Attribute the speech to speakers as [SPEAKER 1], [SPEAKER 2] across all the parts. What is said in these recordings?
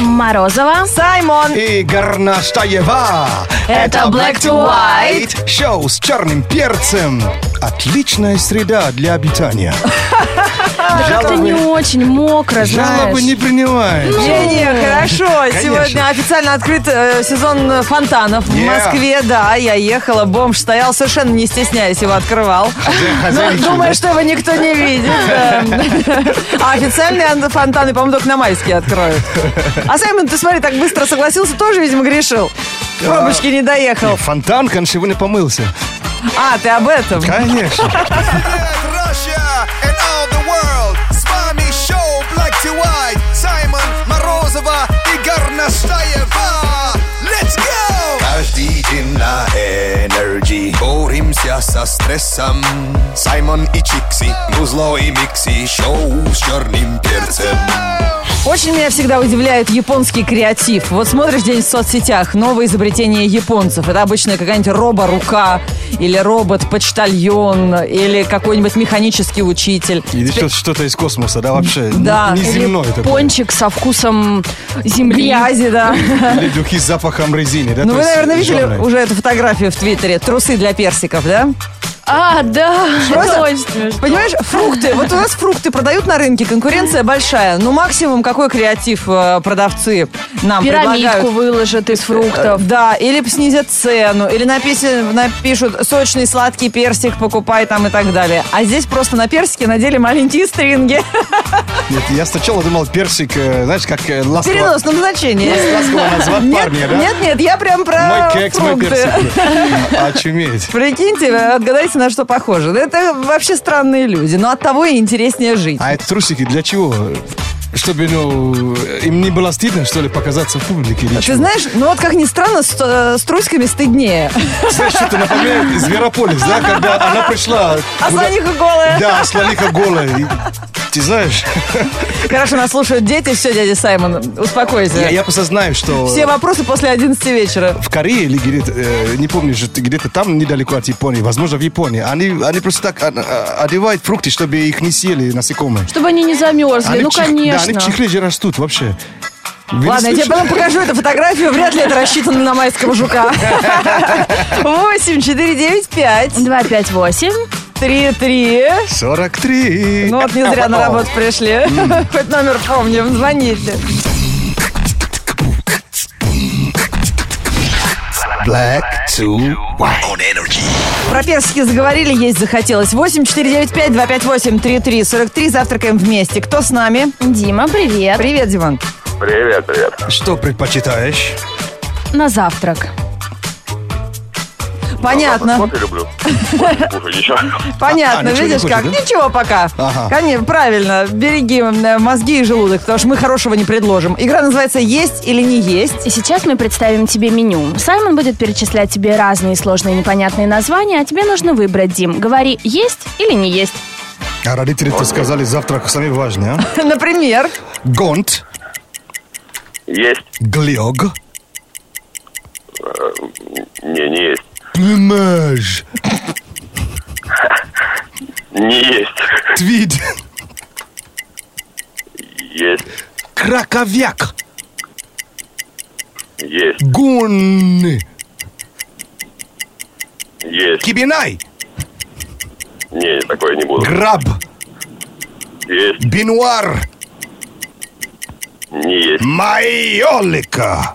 [SPEAKER 1] Морозова.
[SPEAKER 2] Саймон.
[SPEAKER 3] И Горнаштаева.
[SPEAKER 1] Это Black to White.
[SPEAKER 3] Шоу с черным перцем. Отличная среда для обитания.
[SPEAKER 1] Как-то не очень мокро,
[SPEAKER 3] жалобы
[SPEAKER 1] знаешь.
[SPEAKER 3] не принимает.
[SPEAKER 2] Евгения, хорошо.
[SPEAKER 3] Конечно.
[SPEAKER 2] Сегодня официально открыт э, сезон э, фонтанов в
[SPEAKER 3] Yeah.
[SPEAKER 2] Москве. Да, я ехала, бомж стоял, совершенно не стесняясь, его открывал.
[SPEAKER 3] А хозяин
[SPEAKER 2] Ну,
[SPEAKER 3] чудо.
[SPEAKER 2] думаю, что его никто не видит. да. А официальные ан- фонтаны, по-моему, только на майские откроют. А Саймон, ты смотри, так быстро согласился, тоже, видимо, грешил. Пробочки не доехал.
[SPEAKER 3] Фонтан, конечно, не помылся.
[SPEAKER 2] А, ты об этом?
[SPEAKER 3] Конечно.
[SPEAKER 4] Привет, Russia and all the world. С вами шоу Black to White. Саймон Морозова и Горнастаева. Let's go! Каждый день на энергии боремся со стрессом. Саймон и Чикси, Музло и Микси, шоу с черным перцем.
[SPEAKER 2] Очень меня всегда удивляет японский креатив. Вот смотришь день в соцсетях, новое изобретение японцев. Это обычно какая-нибудь робо-рука, или робот-почтальон, или какой-нибудь механический учитель.
[SPEAKER 3] Или что- что-то из космоса, да, вообще.
[SPEAKER 2] Да.
[SPEAKER 3] Не земное
[SPEAKER 1] Или
[SPEAKER 3] такое.
[SPEAKER 1] Типа пончик со вкусом земли.
[SPEAKER 2] Грязи, да.
[SPEAKER 3] Или духи с запахом резины, да?
[SPEAKER 2] Ну,
[SPEAKER 3] то
[SPEAKER 2] вы,
[SPEAKER 3] есть э,
[SPEAKER 2] наверное, видели
[SPEAKER 3] жжёной.
[SPEAKER 2] уже эту фотографию в Твиттере. Трусы для персиков, да?
[SPEAKER 1] А, да,
[SPEAKER 2] Просто,
[SPEAKER 1] точно.
[SPEAKER 2] Понимаешь, фрукты. Вот у нас фрукты продают на рынке, конкуренция большая. Ну, максимум, какой креатив э, продавцы нам предлагают?
[SPEAKER 1] Пирамидку выложат из фруктов.
[SPEAKER 2] Э, Да, или снизят цену, или написи- напишут сочный сладкий персик, покупай там и так далее. А здесь просто на персике надели маленькие стринги.
[SPEAKER 3] Нет, я сначала думал, персик, э, знаешь, как э, ласково...
[SPEAKER 2] Перенос на назначение.
[SPEAKER 3] ласково назвать
[SPEAKER 2] Нет,
[SPEAKER 3] парня, да?
[SPEAKER 2] нет, нет, я прям про
[SPEAKER 3] Мой кекс, мой
[SPEAKER 2] фрукты.
[SPEAKER 3] персик. а Очуметь.
[SPEAKER 2] Прикиньте, вы отгадайте, на что похоже. Да Это вообще странные люди, но от того и интереснее жить.
[SPEAKER 3] А это трусики для чего? Чтобы, ну, им не было стыдно, что ли, показаться в публике или
[SPEAKER 2] Ты
[SPEAKER 3] чего?
[SPEAKER 2] знаешь, ну вот как ни странно, с, э, с трусиками стыднее.
[SPEAKER 3] Знаешь, что-то напоминает Зверополис, да, когда она пришла...
[SPEAKER 2] А
[SPEAKER 3] куда-
[SPEAKER 2] слониха голая.
[SPEAKER 3] Да, слониха голая. И Ты знаешь,
[SPEAKER 2] Хорошо, нас слушают дети. Все, дядя Саймон, успокойся.
[SPEAKER 3] я, я просто знаю, что
[SPEAKER 2] Все вопросы после 11 вечера.
[SPEAKER 3] в Корее или где-то, э, не помню, что ты- где-то там недалеко от Японии, возможно, в Японии, они, они просто так а, а, одевают фрукты, чтобы их не съели насекомые.
[SPEAKER 1] Чтобы они не замерзли,
[SPEAKER 3] Они
[SPEAKER 1] ну,
[SPEAKER 3] в чих- Да,
[SPEAKER 1] конечно.
[SPEAKER 3] они в чехле же растут вообще. Вы не
[SPEAKER 2] Ладно, я тебе
[SPEAKER 3] слышали?
[SPEAKER 2] потом покажу эту фотографию. Вряд ли это рассчитано на майского жука. 8, 4, 9, 5,
[SPEAKER 1] 2, 5, 8.
[SPEAKER 2] 3, 3.
[SPEAKER 3] 43.
[SPEAKER 2] Ну вот не зря на работу пришли. Хоть номер помним, звоните.
[SPEAKER 4] Black to White. On energy.
[SPEAKER 2] Про персики заговорили, есть захотелось. 8, 4, 9, 5, 2, 5, 8, 3, 3, 43. Завтракаем вместе. Кто с нами?
[SPEAKER 1] Дима, привет.
[SPEAKER 2] Привет, Диман.
[SPEAKER 5] Привет, привет.
[SPEAKER 3] Что предпочитаешь?
[SPEAKER 1] На завтрак.
[SPEAKER 5] Завтрак
[SPEAKER 2] Понятно,
[SPEAKER 5] Кофе люблю. Кофе не кушаю, ничего.
[SPEAKER 2] понятно.
[SPEAKER 3] А, ничего не
[SPEAKER 2] Видишь
[SPEAKER 3] хочешь,
[SPEAKER 2] как?
[SPEAKER 3] да?
[SPEAKER 2] Ничего пока.
[SPEAKER 3] Ага.
[SPEAKER 2] Конечно, правильно. Береги э, мозги и желудок, потому что мы хорошего не предложим. Игра называется «Есть или не есть».
[SPEAKER 1] И сейчас мы представим тебе меню. Саймон будет перечислять тебе разные сложные непонятные названия, а тебе нужно выбрать, Дим. Говори, есть или не есть.
[SPEAKER 3] А родители-то сказали, завтрак самый важный, а?
[SPEAKER 2] Например,
[SPEAKER 3] Гонт,
[SPEAKER 5] Есть.
[SPEAKER 3] глёг,
[SPEAKER 5] Не, не есть.
[SPEAKER 3] плюмаж,
[SPEAKER 5] Не есть.
[SPEAKER 3] твид,
[SPEAKER 5] Есть.
[SPEAKER 3] краковяк,
[SPEAKER 5] Есть.
[SPEAKER 3] гун,
[SPEAKER 5] Есть.
[SPEAKER 3] кибинай,
[SPEAKER 5] Не, такое не буду.
[SPEAKER 3] граб,
[SPEAKER 5] Есть.
[SPEAKER 3] бинуар,
[SPEAKER 5] Не есть.
[SPEAKER 3] майолика.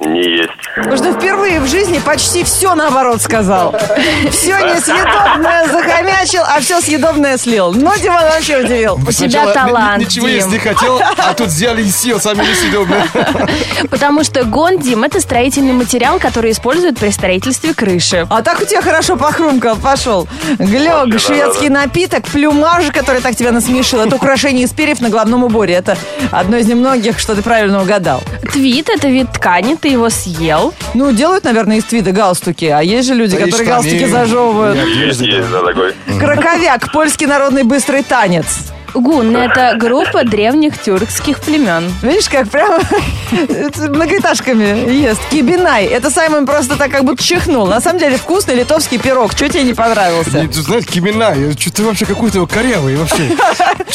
[SPEAKER 5] Не есть.
[SPEAKER 2] потому что впервые в жизни почти все наоборот сказал. Все несъедобное захомячил, а все съедобное слил. Но Диман вообще удивил.
[SPEAKER 1] У тебя талант,
[SPEAKER 3] Ничего
[SPEAKER 1] Дим.
[SPEAKER 3] есть не хотел, а тут взяли и съел сами несъедобное.
[SPEAKER 1] Потому что гон, Дим, это строительный материал, который используют при строительстве крыши.
[SPEAKER 2] А так у тебя хорошо похрумкал, пошел. Глёк,
[SPEAKER 5] Вообще,
[SPEAKER 2] шведский напиток, плюмаж, который так тебя насмешил. Это украшение из перьев на головном уборе. Это одно из немногих, что ты правильно угадал.
[SPEAKER 1] Твит – это вид ткани, ты его съел.
[SPEAKER 2] Ну, делают, наверное, из твида галстуки. А есть же люди,
[SPEAKER 3] Да и
[SPEAKER 2] которые
[SPEAKER 3] штаны.
[SPEAKER 2] галстуки зажевывают.
[SPEAKER 5] Есть, есть, да, такой.
[SPEAKER 2] Краковяк, польский народный быстрый танец.
[SPEAKER 1] Гун – это группа древних тюркских племен.
[SPEAKER 2] Видишь, как прямо многоэтажками ест. Кибинай. Это Саймон просто так как будто чихнул. На самом деле вкусный литовский пирог. Что тебе не понравился?
[SPEAKER 3] Ты знаешь, Кимина, что ты вообще какой-то корявый вообще.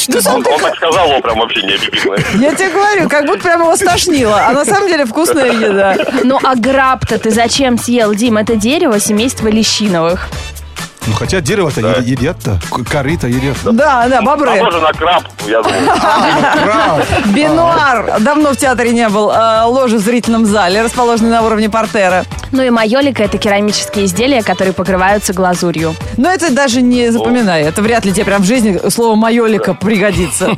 [SPEAKER 2] Ну, сам
[SPEAKER 5] Он,
[SPEAKER 2] ты-
[SPEAKER 5] он так сказал, он прям вообще необъективный.
[SPEAKER 2] Я тебе говорю, как будто прямо его стошнило. А на самом деле вкусная еда.
[SPEAKER 1] Ну а граб-то ты зачем съел, Дим? Это дерево семейства лещиновых.
[SPEAKER 3] Ну, хотя дерево-то е- едят-то, к- коры-то едят.
[SPEAKER 2] Да, да, бобры.
[SPEAKER 5] Похоже на краб, я думаю.
[SPEAKER 3] Краб.
[SPEAKER 2] Бенуар. Давно в театре не был. Э, Ложа в зрительном зале, расположенная на уровне портера.
[SPEAKER 1] Ну и майолика – это керамические изделия, которые покрываются глазурью.
[SPEAKER 2] Но это даже не запоминай. Это вряд ли тебе прям в жизни слово «майолика» пригодится.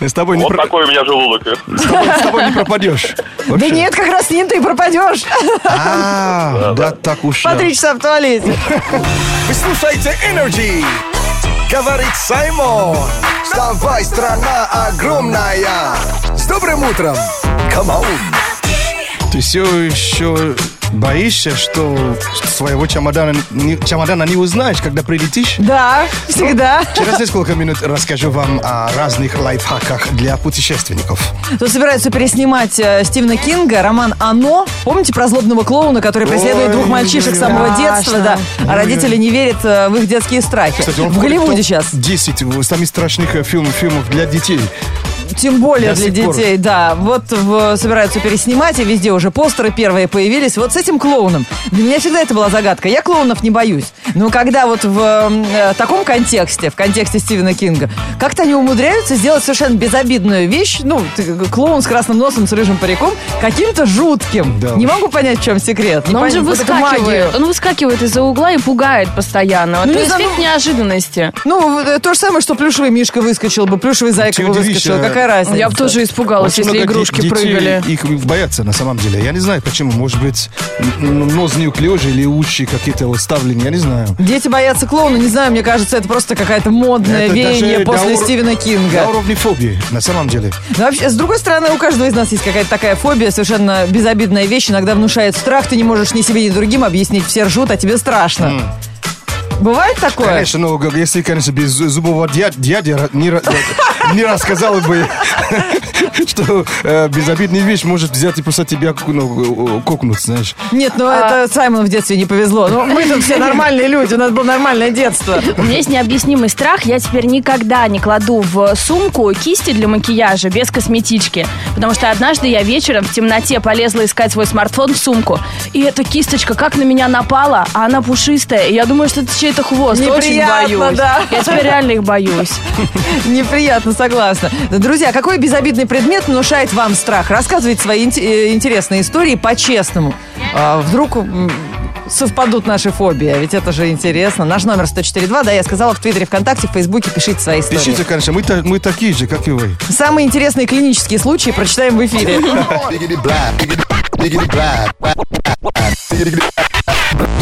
[SPEAKER 3] С тобой не
[SPEAKER 5] Вот
[SPEAKER 3] про-
[SPEAKER 5] такой у меня желудок.
[SPEAKER 3] с тобой- с тобой не пропадешь.
[SPEAKER 2] Да
[SPEAKER 3] Вообще.
[SPEAKER 2] нет, как раз с ним ты и пропадешь.
[SPEAKER 3] А, да так уж.
[SPEAKER 2] По
[SPEAKER 3] да.
[SPEAKER 2] три часа в туалете.
[SPEAKER 4] Вы слушаете Energy. Говорит Саймон. Вставай, страна огромная. С добрым утром. Come on.
[SPEAKER 3] Ты все еще боишься, что своего чемодана не, чемодана не узнаешь, когда прилетишь?
[SPEAKER 2] Да, всегда.
[SPEAKER 3] Через несколько минут расскажу вам о разных лайфхаках для путешественников.
[SPEAKER 2] Тут собираются переснимать э, Стивена Кинга роман «Оно». Помните про злобного клоуна, который преследует
[SPEAKER 3] Ой,
[SPEAKER 2] двух мальчишек с самого
[SPEAKER 1] страшно.
[SPEAKER 2] детства, да? А родители не верят э, в их детские страхи.
[SPEAKER 3] Кстати, он
[SPEAKER 2] В
[SPEAKER 3] входит
[SPEAKER 2] Голливуде
[SPEAKER 3] в
[SPEAKER 2] сейчас.
[SPEAKER 3] топ-10 самых страшных э, фильм- фильмов для детей.
[SPEAKER 2] Тем более
[SPEAKER 3] До
[SPEAKER 2] для
[SPEAKER 3] сих пор.
[SPEAKER 2] детей, да. Вот в- собираются переснимать, и везде уже постеры первые появились. Вот с этим клоуном. Для меня всегда это была загадка. Я клоунов не боюсь. Но когда вот в м, э, таком контексте, в контексте Стивена Кинга, как-то они умудряются сделать совершенно безобидную вещь, ну, ты- клоун с красным носом, с рыжим париком, каким-то жутким.
[SPEAKER 3] Да
[SPEAKER 2] не
[SPEAKER 3] уж.
[SPEAKER 2] могу понять, в чем секрет. Не
[SPEAKER 1] Но он же
[SPEAKER 2] понятно, вот эту магию.
[SPEAKER 1] выскакивает. Он выскакивает из-за угла и пугает постоянно. Вот
[SPEAKER 2] Ну, не
[SPEAKER 1] эффект
[SPEAKER 2] знаю, ну-
[SPEAKER 1] неожиданности.
[SPEAKER 2] Ну, э, то же самое, что плюшевый мишка выскочил бы, плюшевый зайка
[SPEAKER 3] Ты
[SPEAKER 2] бы
[SPEAKER 3] удивишься.
[SPEAKER 2] выскочил. Какая разница?
[SPEAKER 1] Я бы тоже испугалась, А
[SPEAKER 3] Очень
[SPEAKER 1] если
[SPEAKER 3] много де-
[SPEAKER 1] игрушки
[SPEAKER 3] детей
[SPEAKER 1] прыгали.
[SPEAKER 3] Их боятся на самом деле. Я не знаю почему. Может быть, н- н- нос неуклюжий или уши какие-то вот ставлены. Я не знаю.
[SPEAKER 2] Дети боятся клоуна, не знаю, мне кажется, это просто какая-то модная
[SPEAKER 3] Это
[SPEAKER 2] Э, веяние
[SPEAKER 3] даже
[SPEAKER 2] после
[SPEAKER 3] до ур-
[SPEAKER 2] Стивена
[SPEAKER 3] На
[SPEAKER 2] Кинга.
[SPEAKER 3] уровне фобии, на самом деле.
[SPEAKER 2] Но вообще, с другой стороны, у каждого из нас есть какая-то такая фобия, совершенно безобидная вещь, иногда внушает страх, ты не можешь ни себе, ни другим объяснить, все ржут, а тебе страшно. Бывает такое?
[SPEAKER 3] Конечно, но г- если, конечно, без зу- зубового дя- дяди ра- не, ра- не рассказал бы, что э, безобидная вещь может взять и просто тебя ку- ну, э, кокнуть, знаешь.
[SPEAKER 2] Нет, ну это Саймону в детстве не повезло. Ну, мы тут все нормальные люди, у нас было нормальное детство.
[SPEAKER 1] У меня есть необъяснимый страх. Я теперь никогда не кладу в сумку кисти для макияжа без косметички. Потому что однажды я вечером в темноте полезла искать свой смартфон в сумку. И эта кисточка как на меня напала, а она пушистая. И я думаю, что это чей-то хвост. Очень
[SPEAKER 2] Неприятно,
[SPEAKER 1] боюсь.
[SPEAKER 2] да.
[SPEAKER 1] Я теперь реально их боюсь.
[SPEAKER 2] Неприятно, согласна. Друзья, какой безобидный предмет внушает вам страх? Рассказывайте свои инте- э, интересные истории по-честному. А, вдруг м, совпадут наши фобии, а ведь это же интересно. Наш номер 104.2, да, я сказала, в Твиттере, ВКонтакте, в Фейсбуке пишите свои истории.
[SPEAKER 3] Пишите, конечно, мы, та- мы такие же, как и вы.
[SPEAKER 2] Самые интересные клинические случаи прочитаем в эфире.
[SPEAKER 4] Biggity black, biggity, biggity black, black, black, biggity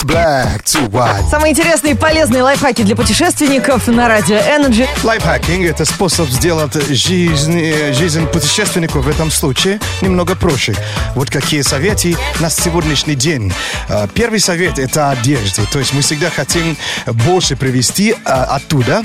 [SPEAKER 4] black to white.
[SPEAKER 2] Самые интересные и полезные лайфхаки для путешественников на Радио Energy.
[SPEAKER 3] Лайфхакинг – это способ сделать жизнь, э, жизнь путешественников в этом случае немного проще. Вот какие советы на сегодняшний день. Э, Первый совет – это одежды. То есть мы всегда хотим больше привезти э, оттуда.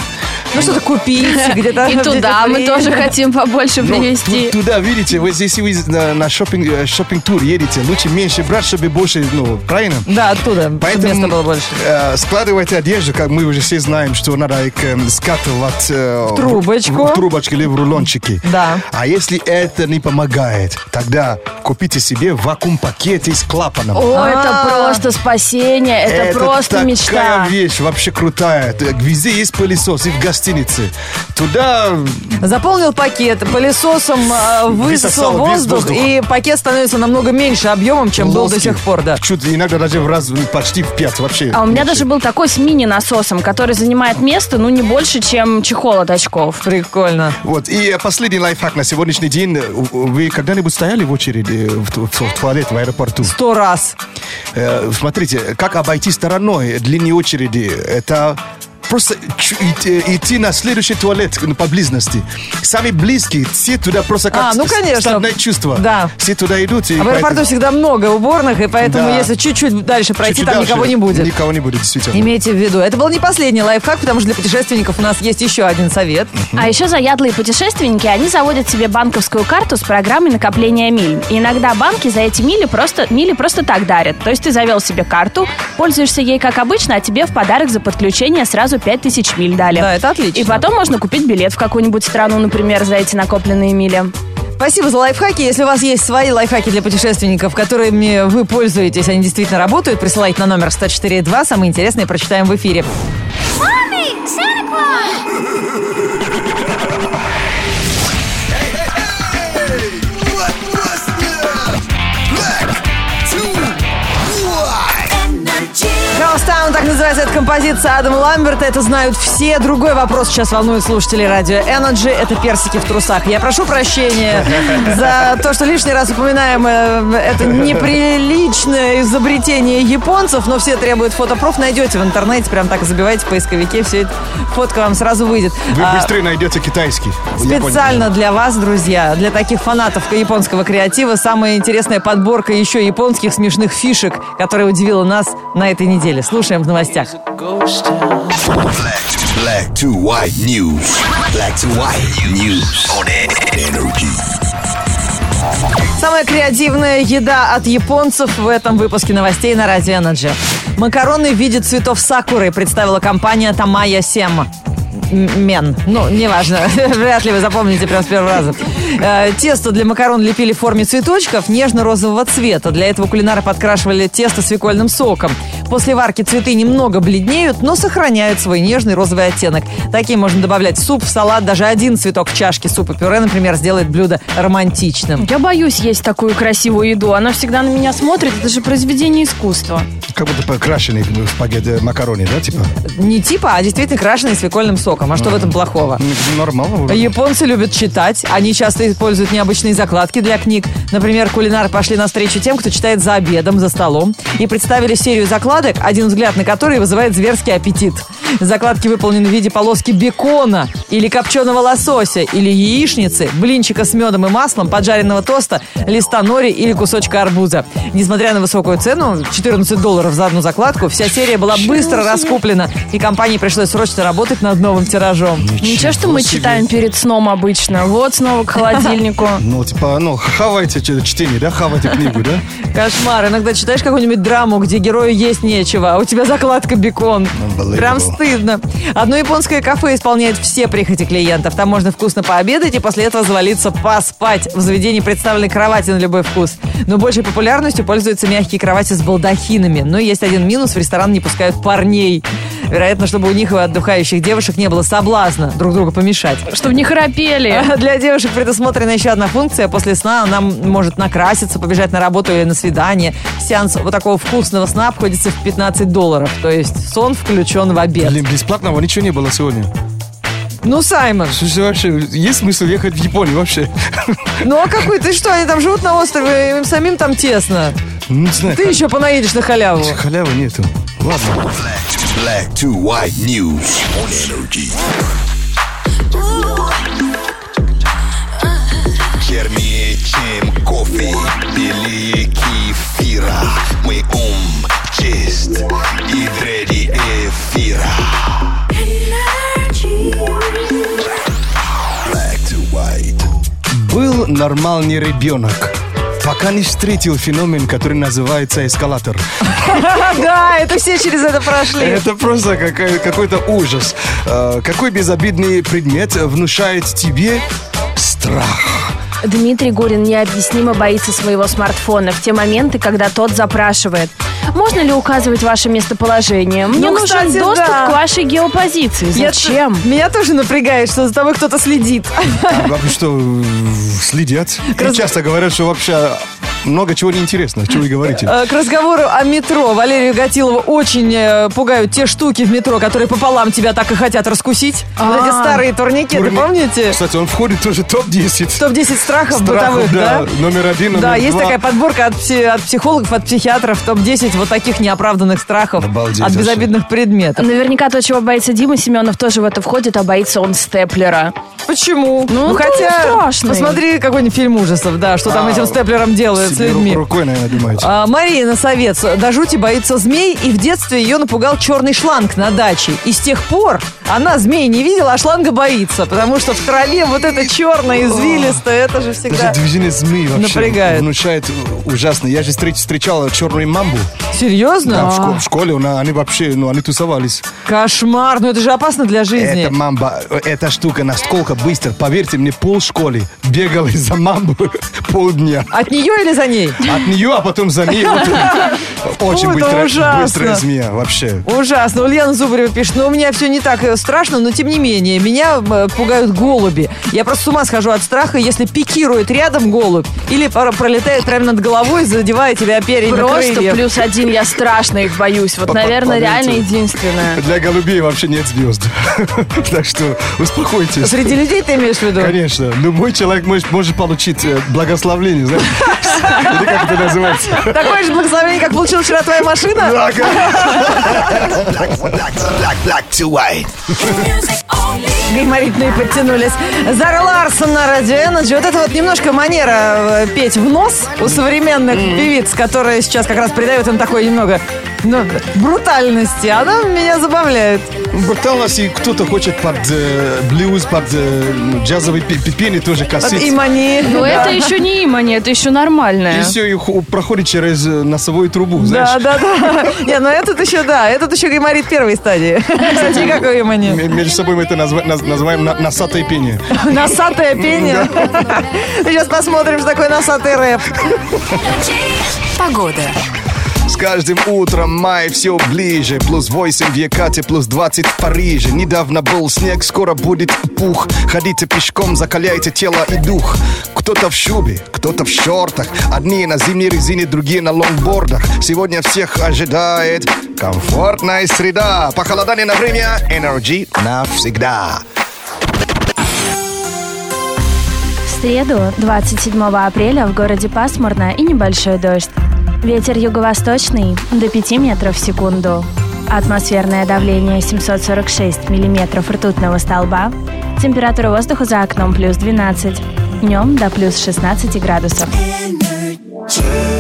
[SPEAKER 2] Ну что-то купить, где-то...
[SPEAKER 1] И туда мы
[SPEAKER 2] где-то
[SPEAKER 1] тоже
[SPEAKER 2] время.
[SPEAKER 1] хотим побольше
[SPEAKER 3] Но
[SPEAKER 1] привезти.
[SPEAKER 3] Ну, ту- туда, видите, вот если вы на, на шоппинг, э, шоппинг-тур едете, лучше меньше брать, чтобы больше, ну, правильно?
[SPEAKER 2] Да, оттуда, чтобы
[SPEAKER 3] Поэтому
[SPEAKER 2] места было больше.
[SPEAKER 3] э, складывайте одежду, как мы уже все знаем, что надо их эм, скатывать э, в
[SPEAKER 2] трубочку.
[SPEAKER 3] в, трубочку или в рулончики.
[SPEAKER 2] Да.
[SPEAKER 3] А если это не помогает, тогда купите себе вакуум-пакеты с клапаном.
[SPEAKER 1] О, это
[SPEAKER 2] А.
[SPEAKER 1] просто спасение, это просто
[SPEAKER 3] такая
[SPEAKER 1] мечта.
[SPEAKER 3] вещь вообще крутая. Т- Везде есть пылесос и в гостинице. Туда
[SPEAKER 2] Заполнил пакет, пылесосом э, высосал
[SPEAKER 3] Высосал весь
[SPEAKER 2] воздух,
[SPEAKER 3] воздух.
[SPEAKER 2] и пакет становится намного меньше объемом, чем был до
[SPEAKER 3] лоски.
[SPEAKER 2] сих пор, да.
[SPEAKER 3] Чуть иногда даже в раз, ну, почти в пять вообще.
[SPEAKER 1] А у меня
[SPEAKER 3] Вообще.
[SPEAKER 1] даже был такой с мини-насосом, который занимает место, ну, не больше, чем чехол от очков.
[SPEAKER 2] Прикольно.
[SPEAKER 3] Вот, и э, последний лайфхак на сегодняшний день. Э, Вы когда-нибудь стояли в очереди э, в, ту- в ту- в туалет в аэропорту?
[SPEAKER 2] Сто раз. А
[SPEAKER 3] Э, Смотрите, как обойти стороной длинной очереди, это просто ч- и- идти на следующий туалет по близости. Сами близкие, все туда просто как
[SPEAKER 2] А, ну,
[SPEAKER 3] с-
[SPEAKER 2] конечно.
[SPEAKER 3] стадное чувство.
[SPEAKER 2] Да.
[SPEAKER 3] Все туда идут. и
[SPEAKER 2] А в аэропорту
[SPEAKER 3] поэтому-
[SPEAKER 2] всегда много уборных, и поэтому
[SPEAKER 3] Да.
[SPEAKER 2] если чуть-чуть дальше пройти,
[SPEAKER 3] Чуть-чуть
[SPEAKER 2] там
[SPEAKER 3] дальше
[SPEAKER 2] никого не будет.
[SPEAKER 3] Никого не будет, действительно.
[SPEAKER 2] Имейте в виду. Это был не последний лайфхак, потому что для путешественников у нас есть еще один совет.
[SPEAKER 1] А еще заядлые путешественники, они заводят себе банковскую карту с программой накопления миль. И иногда банки за эти мили просто, мили просто так дарят. То есть ты завел себе карту, пользуешься ей как обычно, а тебе в подарок за подключение сразу 5000 миль дали.
[SPEAKER 2] Да, это отлично.
[SPEAKER 1] И потом можно купить билет в какую-нибудь страну, например, за эти накопленные мили.
[SPEAKER 2] Спасибо за лайфхаки. Если у вас есть свои лайфхаки для путешественников, которыми вы пользуетесь, они действительно работают, присылайте на номер 104.2. Самые интересные прочитаем в эфире.
[SPEAKER 4] What was that? Black to white.
[SPEAKER 2] Галстаун, Ну, а так называется эта композиция Адама Ламберта. Это знают все. Другой вопрос сейчас волнует слушателей радио Energy. Это персики в трусах. Я прошу прощения за то, что лишний раз упоминаем э, это неприличное изобретение японцев, но все требуют фотопроф. Найдете в интернете, прям так забивайте в поисковике, все это фотка вам сразу выйдет.
[SPEAKER 3] Вы
[SPEAKER 2] А,
[SPEAKER 3] быстрее найдете китайский. Я понял.
[SPEAKER 2] Специально для вас, друзья, для таких фанатов японского креатива, самая интересная подборка еще японских смешных фишек, которая удивила нас на этой неделе. Слушаем в новостях.
[SPEAKER 4] Black to, black to white news. Black to white news on energy.
[SPEAKER 2] Самая креативная еда от японцев в этом выпуске новостей на Радио Energy. Макароны в виде цветов сакуры представила компания Тамая Сема. М- Мен. Ну, неважно. Вряд ли вы запомните прям с первого раза. Э, Тесто для макарон лепили в форме цветочков нежно-розового цвета. Для этого кулинары подкрашивали тесто свекольным соком. После варки цветы немного бледнеют, но сохраняют свой нежный розовый оттенок. Такие можно добавлять в суп, в салат. Даже один цветок в чашке супа-пюре, например, сделает блюдо романтичным.
[SPEAKER 1] Я боюсь есть такую красивую еду. Она всегда на меня смотрит. Это же произведение искусства.
[SPEAKER 3] Как будто покрашенный в спагетти макароны, да, типа?
[SPEAKER 2] Не типа, а действительно крашеные свекольным соком. А что в этом плохого?
[SPEAKER 3] Н- Нормально. вроде.
[SPEAKER 2] Японцы любят читать. Они часто используют необычные закладки для книг. Например, кулинары пошли навстречу тем, кто читает за обедом, за столом. И представили серию закладок, один взгляд на которые вызывает зверский аппетит. Закладки выполнены в виде полоски бекона или копченого лосося, или яичницы, блинчика с медом и маслом, поджаренного тоста, листа нори или кусочка арбуза. Несмотря на высокую цену, 14 долларов за одну закладку, вся серия была быстро раскуплена, и компании пришлось срочно работать над новым тиражом.
[SPEAKER 1] Ничего, что мы
[SPEAKER 3] себе.
[SPEAKER 1] читаем перед сном обычно. Вот снова к холодильнику.
[SPEAKER 3] Ну, типа, ну, хавайте ч- чтение, да? Хавайте книгу, да?
[SPEAKER 2] Кошмар. Иногда читаешь какую-нибудь драму, где герою есть нечего, а у тебя закладка бекон.
[SPEAKER 3] Unbelievable.
[SPEAKER 2] Прям стыдно. Одно японское кафе исполняет все прихоти клиентов. Там можно вкусно пообедать и после этого завалиться поспать. В заведении представлены кровати на любой вкус. Но большей популярностью пользуются мягкие кровати с балдахинами. Но есть один минус. В ресторан не пускают парней. Вероятно, чтобы у них и у отдыхающих девушек не было соблазна друг друга помешать.
[SPEAKER 1] Чтобы не храпели.
[SPEAKER 2] А Для девушек предусмотрена еще одна функция. После сна она м- может накраситься, побежать на работу или на свидание. Сеанс вот такого вкусного сна обходится в 15 долларов. То есть сон включен в обед.
[SPEAKER 3] Блин, бесплатного ничего не было сегодня.
[SPEAKER 2] Ну, Саймон,
[SPEAKER 3] Слушай, вообще, есть смысл ехать в Японию вообще?
[SPEAKER 2] ну а какой ты что? Они там живут на острове, им самим там тесно.
[SPEAKER 3] Ну, Не знаю.
[SPEAKER 2] Ты еще понаедешь на халяву.
[SPEAKER 3] Халявы нету. Ладно.
[SPEAKER 4] Black to, black to white news on energy. Чернее, чем кофе, белее кефира. Мой ум чист и дреди эфира. Black to white.
[SPEAKER 3] Был нормальный ребенок. Пока не встретил феномен, который называется эскалатор.
[SPEAKER 2] Да, это все через это прошли.
[SPEAKER 3] Это просто какая- какой-то ужас. Э, Какой безобидный предмет внушает тебе страх?
[SPEAKER 1] Дмитрий Гурин необъяснимо боится своего смартфона в те моменты, когда тот запрашивает. Можно ли указывать ваше местоположение? Мне
[SPEAKER 2] Ну,
[SPEAKER 1] нужен
[SPEAKER 2] кстати,
[SPEAKER 1] доступ
[SPEAKER 2] да.
[SPEAKER 1] к вашей геопозиции.
[SPEAKER 2] Я-
[SPEAKER 1] Зачем?
[SPEAKER 2] Меня тоже напрягает, что за тобой кто-то следит.
[SPEAKER 3] А вам что, э, следят? И часто говорят, что вообще много чего неинтересного, чего вы говорите.
[SPEAKER 2] Э, К разговору о метро. Валерию Гатилову очень э, пугают те штуки в метро, которые пополам тебя так и хотят раскусить. Вот эти
[SPEAKER 1] А.
[SPEAKER 2] старые турники,
[SPEAKER 3] Турни-
[SPEAKER 2] ты помните?
[SPEAKER 3] Кстати, он входит тоже топ-10.
[SPEAKER 2] Топ-10 страхов
[SPEAKER 3] Страхов,
[SPEAKER 2] бытовых, да?
[SPEAKER 3] да. Номер один, номер
[SPEAKER 2] Да, есть
[SPEAKER 3] два.
[SPEAKER 2] такая подборка от, пси- от психологов, от психиатров, топ-10 вот таких неоправданных страхов
[SPEAKER 3] Обалдеть
[SPEAKER 2] от
[SPEAKER 3] вообще.
[SPEAKER 2] безобидных предметов.
[SPEAKER 1] Наверняка то, чего боится Дима Семенов, тоже в это входит, а боится он степлера.
[SPEAKER 2] Почему?
[SPEAKER 1] Ну, он
[SPEAKER 2] хотя,
[SPEAKER 1] тоже страшный.
[SPEAKER 2] посмотри какой-нибудь фильм ужасов, да, что там
[SPEAKER 3] А,
[SPEAKER 2] этим степлером делают с
[SPEAKER 3] Себе ру-
[SPEAKER 2] людьми.
[SPEAKER 3] рукой, наверное, думаете.
[SPEAKER 2] А, Мария Совец до жути боится змей, и в детстве ее напугал черный шланг на даче. И с тех пор она змей не видела, а шланга боится, потому что в траве вот это черное, извилистое, это же всегда...
[SPEAKER 3] Даже движение змеи вообще
[SPEAKER 2] Напрягает.
[SPEAKER 3] внушает ужасно. Я же встреч- встречал черную мамбу. Там в,
[SPEAKER 2] Серьезно?
[SPEAKER 3] школе, в школе у нас- они вообще, ну, они тусовались.
[SPEAKER 2] Кошмар, ну это же опасно для жизни.
[SPEAKER 3] Эта мамба, э, эта штука настолько быстро, поверьте мне, пол школы бегал из-за мамбы полдня.
[SPEAKER 2] От нее или за ней?
[SPEAKER 3] От нее, а потом за ней. Вот. Очень
[SPEAKER 2] Ой, это
[SPEAKER 3] быстрая,
[SPEAKER 2] ужасно.
[SPEAKER 3] быстрая змея вообще.
[SPEAKER 2] Ужасно. Ульяна Зубарева пишет, ну у меня все не так э, страшно, но тем не менее, меня э, пугают голуби. Я просто с ума схожу от страха, если пикирует рядом голубь или пора- пролетает прямо над головой, задевая тебя перьями
[SPEAKER 1] Просто
[SPEAKER 2] крыльев.
[SPEAKER 1] плюс один, я страшно их боюсь. Вот,
[SPEAKER 3] По- по-
[SPEAKER 1] наверное,
[SPEAKER 3] поверьте.
[SPEAKER 1] реально единственное.
[SPEAKER 3] Для голубей вообще нет звезд. Так что успокойтесь.
[SPEAKER 2] Среди людей ты имеешь в виду?
[SPEAKER 3] Конечно. Любой человек может, может получить э, благословление, знаешь? Или как это называется?
[SPEAKER 2] Такое же благословение, как получила вчера твоя машина?
[SPEAKER 3] Так, э,
[SPEAKER 4] Black, black, black, black to white.
[SPEAKER 2] Гайморитные подтянулись. Зара Ларсон на Радио Energy. Вот это вот немножко манера э, петь в нос у современных певиц, которые сейчас как раз придают им такой немного ну, брутальности. Она меня забавляет.
[SPEAKER 3] Пыталась, и кто-то хочет под э, блюз, под э, ну, джазовый пе- пе- пение тоже
[SPEAKER 2] Вот
[SPEAKER 3] косить.
[SPEAKER 2] и мани.
[SPEAKER 1] Но
[SPEAKER 2] Да.
[SPEAKER 1] Ну, это еще не имани, это еще нормальное.
[SPEAKER 3] И все, и ху- проходит через э, носовую трубу,
[SPEAKER 2] Да,
[SPEAKER 3] знаешь?
[SPEAKER 2] да, да. Не, ну этот еще, да, этот еще гайморит первой стадии. Кстати, никакой мани.
[SPEAKER 3] М- Между собой мы это назва- наз- называем на- носатое пение.
[SPEAKER 2] Носатое пение. Сейчас посмотрим, что такое носатый рэп.
[SPEAKER 6] Погода.
[SPEAKER 3] С каждым утром май все ближе. Плюс 8 в Якате, плюс 20 в Париже. Недавно был снег, скоро будет пух. Ходите пешком, закаляйте тело и дух. Кто-то в шубе, кто-то в шортах. Одни на зимней резине, другие на лонгбордах. Сегодня всех ожидает комфортная среда. Похолодание на время, энергии навсегда.
[SPEAKER 7] В среду, 27 апреля, в городе пасмурно и небольшой дождь. Ветер юго-восточный до 5 метров в секунду. Атмосферное давление 746 миллиметров ртутного столба. Температура воздуха за окном плюс 12. Днем до плюс 16 градусов.
[SPEAKER 6] Energy.